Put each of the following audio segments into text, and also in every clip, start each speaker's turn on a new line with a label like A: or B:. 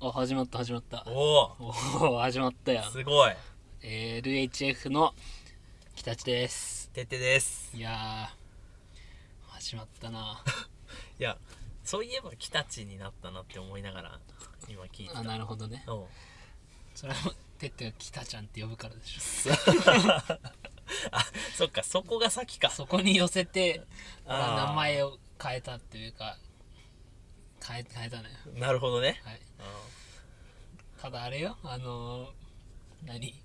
A: お始まった始まった
B: お
A: おお始まったよ
B: おすごい
A: LHF の北地です
B: てってです
A: いやー始まったない
B: やそういえば北地になったなって思いながら今聞いて
A: あなるほどね
B: たおう
A: それはてってが北ちゃんって呼ぶからでしょ
B: あ そっかそこが先か
A: そこに寄せて俺
B: あー
A: は名前を変えたっていうか変え変えたね
B: なるほどね
A: はい
B: うん
A: ただあれよあのー、何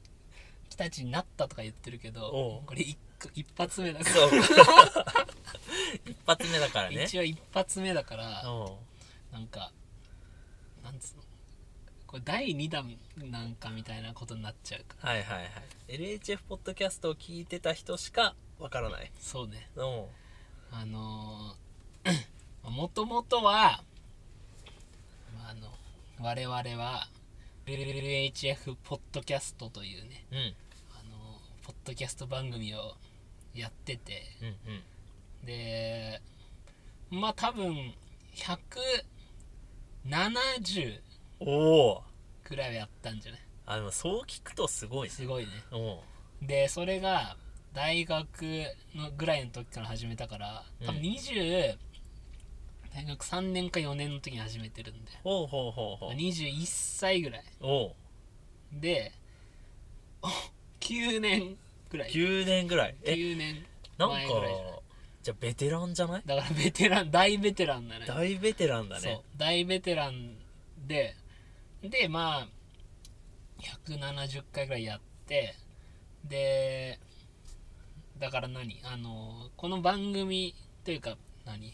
A: 北地になったとか言ってるけ
B: お
A: ど
B: う
A: これ一一発目だから
B: そう 一発目だからね
A: 一応一発目だから
B: おう
A: なんかなんつうのこれ第2弾なんかみたいなことになっちゃうから
B: はいはいはい LHF ポッドキャストを聞いてた人しかわからない
A: そうね
B: おう
A: あのー、 もともとはまああの我々は LHF ポッドキャストというね
B: うん
A: あのーポッドキャスト番組をやってて
B: うんうん
A: でまあ多分170
B: おお
A: くらいはやったんじゃない
B: あでもそう聞くとすごいね
A: すごいね
B: おう
A: でそれが大学のぐらいの時から始めたから多分
B: うん
A: 20、大学3年か4年の時に始めてるんで
B: ほうほうほうほう
A: 21歳ぐらい
B: おう
A: で お9年ぐらい
B: 9年ぐらいえ
A: 9年
B: なんか
A: 前ぐらいじゃない
B: じゃあベテランじゃない
A: だからベテラン大ベテランだね
B: 大ベテランだ
A: そう
B: ね
A: 大ベテランででまあ170回ぐらいやってでだから何あのこの番組というか何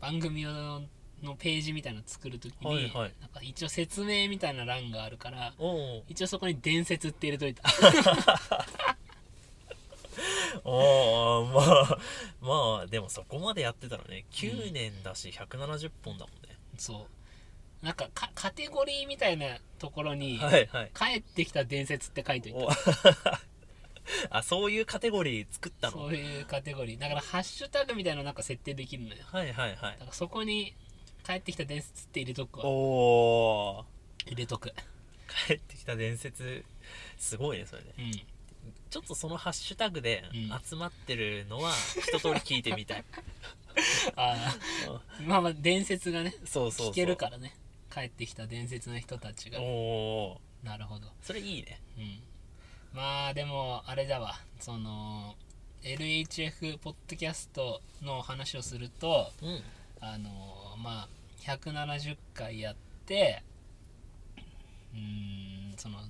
A: 番組ののページみたいなの作るときに、
B: はいはい
A: なんか一応説明みたいな欄があるから
B: おう
A: 一応そこに伝説って入れとい た
B: おうまあまあでもそこまでやってたらね9年だし170本だもんね、
A: そうなんかかカテゴリーみたいなところに「
B: はいはい
A: 帰ってきた伝説」って書いといた
B: お あそういうカテゴリー作ったの
A: そういうカテゴリーだからハッシュタグみたいなのなんか設定できるのよ
B: はいはいはい
A: だからそこに帰ってきた伝説って入れとく
B: お
A: わ
B: お
A: 入れとく
B: 帰ってきた伝説すごいねそれね
A: うん
B: ちょっとそのハッシュタグで
A: うん
B: 集まってるのは一通り聞いてみたい
A: あ
B: うん
A: ーまあまあ伝説がね
B: そうそうそう
A: 聞けるからね帰ってきた伝説の人たちが
B: おお
A: なるほど
B: それいいね
A: うんまあでもあれだわその LHF ポッドキャストの話をすると
B: うん
A: あのまあ170回やってうーんその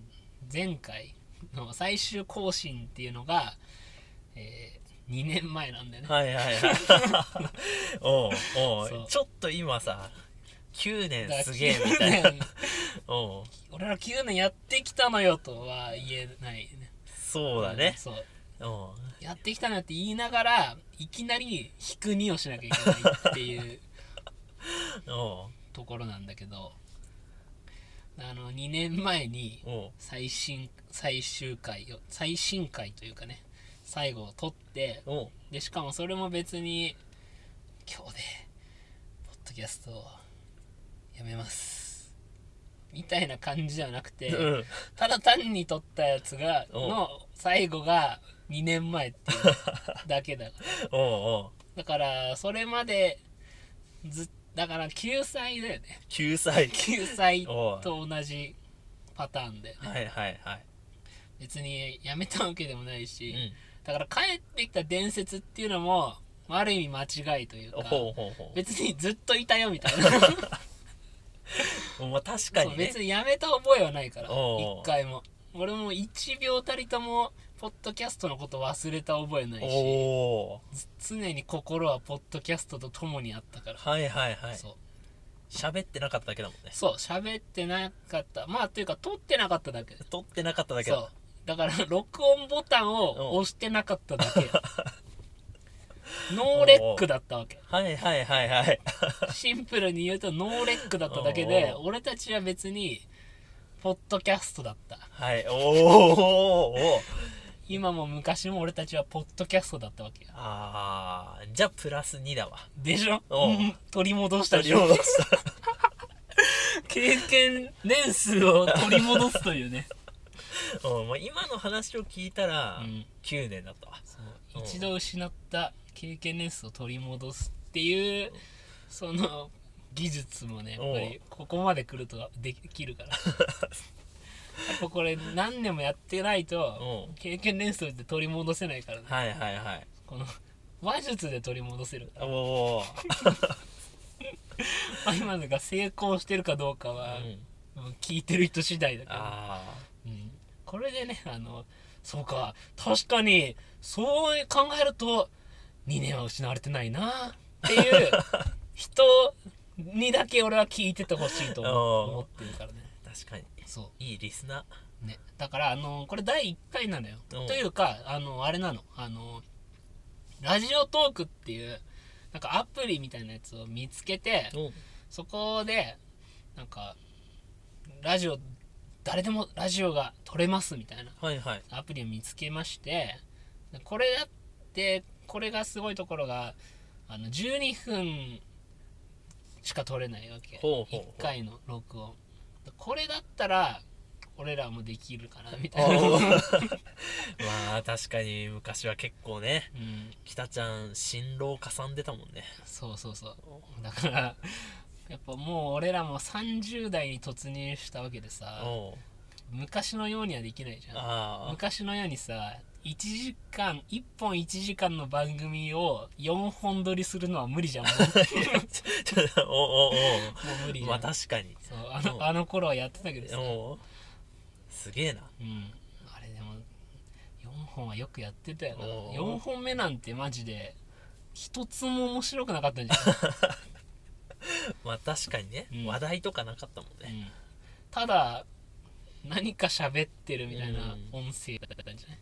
A: 前回の最終更新っていうのが、え2年前なんだよね、
B: はいはい はい。おうおう
A: そう
B: ちょっと今さ、9年
A: だから
B: すげえみたいな。
A: 9年
B: おう
A: 俺ら9年やってきたのよとは言えないね
B: そうだね。
A: そう
B: おう
A: やってきたのよって言いながらいきなり引く2をしなきゃいけないっていう
B: おう
A: ところなんだけどあの2年前に
B: おう
A: 最新最終回を最新回というかね最後を撮って
B: おう
A: でしかもそれも別に今日でポッドキャストをやめますみたいな感じじゃなくて、
B: うん
A: ただ単に撮ったやつが
B: お
A: の最後が2年前っていうだけだから
B: おうおう
A: だからそれまでずだから救済だよね
B: 9歳。
A: 救済
B: おう
A: と同じパターンだよね
B: はいはいはい。
A: 別にやめたわけでもないし、
B: うん。
A: だから帰ってきた伝説っていうのも、まあ、ある意味間違いというか
B: おほうほうほう
A: 別にずっといたよみたいなそ う
B: おう。まあ確かにね
A: 別。にやめた覚えはないから
B: おう
A: 一回も俺も1秒たりともポッドキャストのこと忘れた覚えない
B: お
A: し
B: おう。
A: 常に心はポッドキャストと共にあったから、
B: はいはいはい。
A: そう
B: 喋ってなかっただけだもんね。
A: そう喋ってなかったまあというか撮ってなかっただけ
B: 撮ってなかっただけ
A: そ
B: だ。
A: うだから 録音ボタンを押してなかっただけ ノーレックだったわけ
B: はいはいはいはい。
A: シンプルに言うとノーレックだっただけで
B: お
A: 俺たちは別にポッドキャストだった
B: はい。おおおお。
A: 今も昔も俺たちはポッドキャストだったわけよ
B: あー、じゃあプラス2だわ。
A: でしょ
B: おう
A: うん取り戻した
B: 取
A: で
B: り
A: しょ
B: 戻した。
A: 経験年数を取り戻すという ね、
B: うんまあ、今の話を聞いたら
A: うん
B: 9年だったわ、
A: そう一度失った経験年数を取り戻すっていうその技術もねやっぱりここまで来るとできるからやっぱこれ何年もやってないと
B: うん
A: 経験年数って取り戻せないからね
B: はいはいはい
A: この話術で取り戻せる
B: おお
A: まあ今のが成功してるかどうか
B: ー、
A: は
B: うん、
A: うん聞いてる人次第だけど、
B: あ
A: うん、これでね あのそうか確かにそう考えると2年は失われてないなっていう人にだけ俺は聞いててほしいと
B: おー
A: 思ってるからね
B: あ確かに
A: そ
B: いいリスナ
A: うねだからあのこれ第1回なのよ
B: おう
A: というかあのあれなのあのラジオトークっていうなんかアプリみたいなやつを見つけて
B: ー
A: そこでなんかラジオ誰でもラジオが撮れますみたいな
B: はいはい
A: アプリを見つけましてでこれだってこれがすごいところがあの12分しか撮れないわけ
B: ほうほうほう
A: 1回の録音でこれだったら俺らもできるかなみ
B: お
A: たいな、うん、
B: まあ確かに昔は結構ね北ちゃん辛労かさんでたもんね
A: そうそうそうだからやっぱもう俺らも30代に突入したわけでさ
B: おう
A: 昔のようにはできないじゃん
B: あー
A: 昔のようにさ1時間1本1時間の番組を4本撮りするのは無理じゃん もう
B: ちょっと おうおう
A: もう無理
B: おう
A: じ
B: ま
A: ゃ
B: あ
A: ん
B: 確かに
A: そうあ
B: うん
A: のあの頃はやってたけどさ、
B: おうすげえな
A: うん、あれでも4本はよくやってたよな
B: おう
A: 4本目なんてマジで一つも面白くなかったんじゃ ない、
B: まあ確かにね、
A: うん
B: 話題とかなかったもん
A: う
B: ね、
A: ん、ただ何か喋ってるみたいな音声だったんじゃない、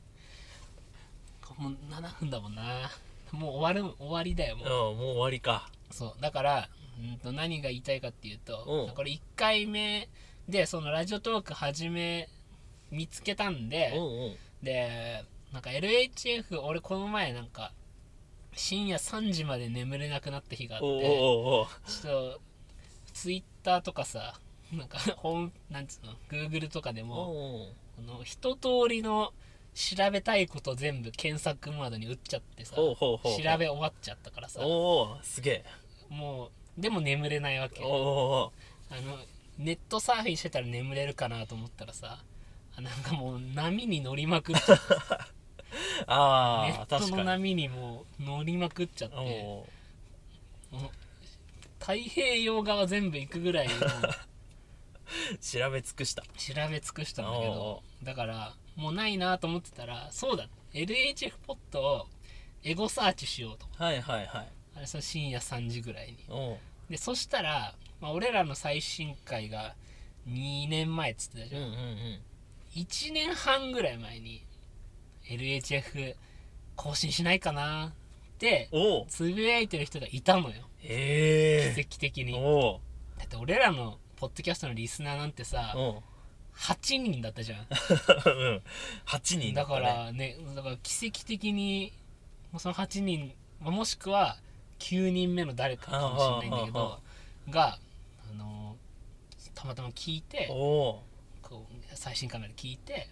A: もう7分だもんなもう終わる終わりだよもう
B: うん、もう終わりか
A: そうだからうんと何が言いたいかっていうと
B: うん
A: これ1回目でそのラジオトーク始め見つけたん
B: うん
A: で
B: うん
A: でなんか LHF 俺この前なんか深夜3時まで眠れなくなった日があっ
B: おうおう
A: て
B: おう
A: ちょっとツイッターとかさなんか ホームなんつうの Google とかで
B: お
A: も
B: うおう
A: この一通りの調べたいこと全部検索ワードに打っちゃってさ
B: ほ
A: 調
B: うほうほうほう
A: べ終わっちゃったからさ
B: おおすげえ
A: もうでも眠れないわけ
B: おうお
A: あのネットサーフィンしてたら眠れるかなと思ったらさあなんかもう波に乗りまくっちゃって
B: う
A: ネ
B: あ
A: ッ
B: あ確
A: トの
B: かに
A: 波にもう乗りまくっちゃって
B: おうおう
A: もう太平洋側全部行くぐらいもう
B: 調べ尽くした
A: 調べ尽くしたんだけ
B: おう
A: どだからもうないなと思ってたらそうだ LHF ポットをエゴサーチしようと
B: はいはいはい
A: あれそれ深夜3時ぐらいに
B: おう
A: でそしたら、まあ、俺らの最新回が2年前っつってたじゃん
B: うんうんうん
A: 1年半ぐらい前に LHF 更新しないかなって
B: おう
A: つぶやいてる人がいたのよ
B: へ
A: 奇
B: え
A: 跡的に
B: おう
A: だって俺らのポッドキャストのリスナーなんてさ
B: おう
A: 8人だったじゃん
B: うん8人
A: だ
B: った
A: か
B: ね
A: らねだから奇跡的にもうその8人もしくは9人目の誰かかもしれないんだけ
B: ああああ
A: どがあのたまたま聞いて
B: おう
A: こう最新カメラで聞いて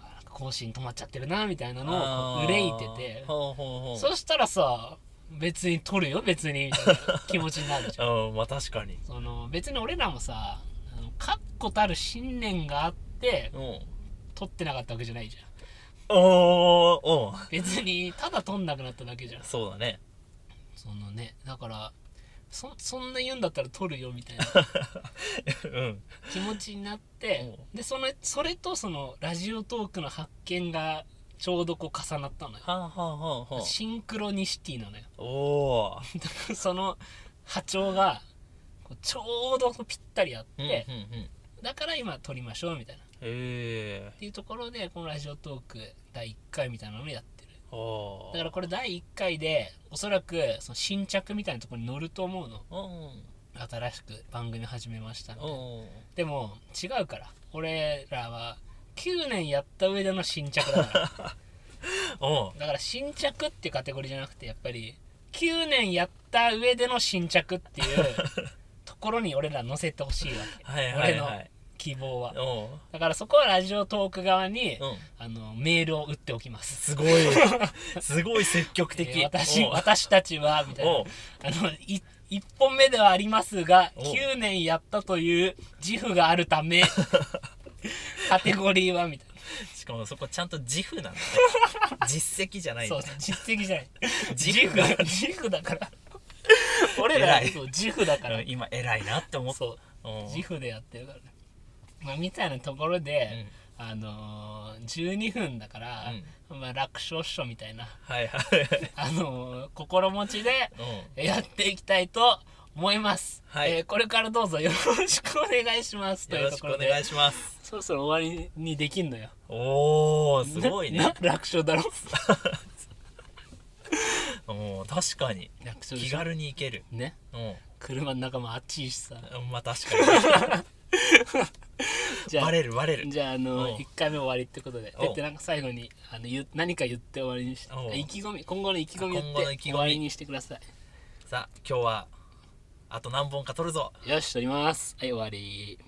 A: あなんか更新止まっちゃってるなみたいなのをこ
B: あ
A: う
B: ー
A: 憂いてて
B: ほうほうほう
A: そしたらさ別に撮るよ別にみたいな気持ちにな るじゃん
B: うんまあ確かに
A: その別に俺らもさあの確固たる信念があって
B: おう
A: 撮ってなかったわけじゃないじゃん
B: おうおう
A: 別にただ撮んなくなっただけじゃん
B: そうだね
A: そのねだからそそんな言うんだったら撮るよみ たいな
B: うん
A: 気持ちになってでそのそれとそのラジオトークの発見がちょうどこう重なったのよ
B: はあはあはあはあ
A: シンクロニシティなのよ
B: おお
A: その波長がこうちょうどぴったりあって、
B: うんうんうん
A: だから今撮りましょうみたいなっ
B: へえ
A: ていうところでこのラジオトーク第1回みたいなのをやってる
B: おう
A: だからこれ第1回でおそらくその新着みたいなところに乗ると思うの
B: おう
A: 新しく番組始めましたみたいな
B: おう
A: でも違うから俺らは9年やった上での新着だから
B: おう
A: だから新着っていうカテゴリーじゃなくてやっぱり9年やった上での新着っていう と心に俺ら乗せてほしいわけ
B: はいはい
A: 俺
B: は
A: の
B: い
A: 希望は
B: おう
A: だからそこはラジオトーク側に、
B: うん
A: あのメールを打っておきます
B: すごい すごい積極的、
A: えー私
B: おう
A: 私たちはみたいな
B: おう
A: あのい1本目ではありますが
B: お
A: 9年やったという自負があるた めカテゴリーはみたい
B: しかもそこちゃんと自負 なんだね実績じゃな
A: ないそう実績じゃない
B: 自負
A: 自負自負だから俺ら
B: 偉い
A: そう自負だから
B: うん今偉いなって思った
A: そう
B: うん
A: 自負でやってるからね、まあ、みたいなところで、あのー、12分だから、まあ、楽勝っしょみたいな、
B: はいはいはい
A: あのー心持ちで
B: う ん
A: やっていきたいと思います、
B: はい
A: えーこれからどうぞよろしくお願いしますとい
B: よろ
A: うと
B: し
A: こ
B: くお
A: ろで
B: 願いします
A: そろそろ終わりにできんのよ
B: おおすごい
A: な
B: ね
A: 楽勝 だろ
B: おー確かに
A: 楽勝で
B: 気
A: しょ
B: 軽に行ける
A: ね
B: う
A: 車の中も暑いしさ
B: んまあ確か
A: じ
B: に
A: ゃあ
B: バレるバレ る
A: じゃあ、あの
B: おう
A: 1回目終わりってことで、
B: おう
A: でってなんか最後にあの言う何か言って終わりにして
B: おう、
A: 意気込み、今後の意気込み
B: あ今後
A: 言
B: の
A: っ
B: 意
A: て
B: 気込み
A: 終わりにしてくださ
B: さあ今日はあと何本か取るぞ
A: い。よし、撮ります。はい、終わり。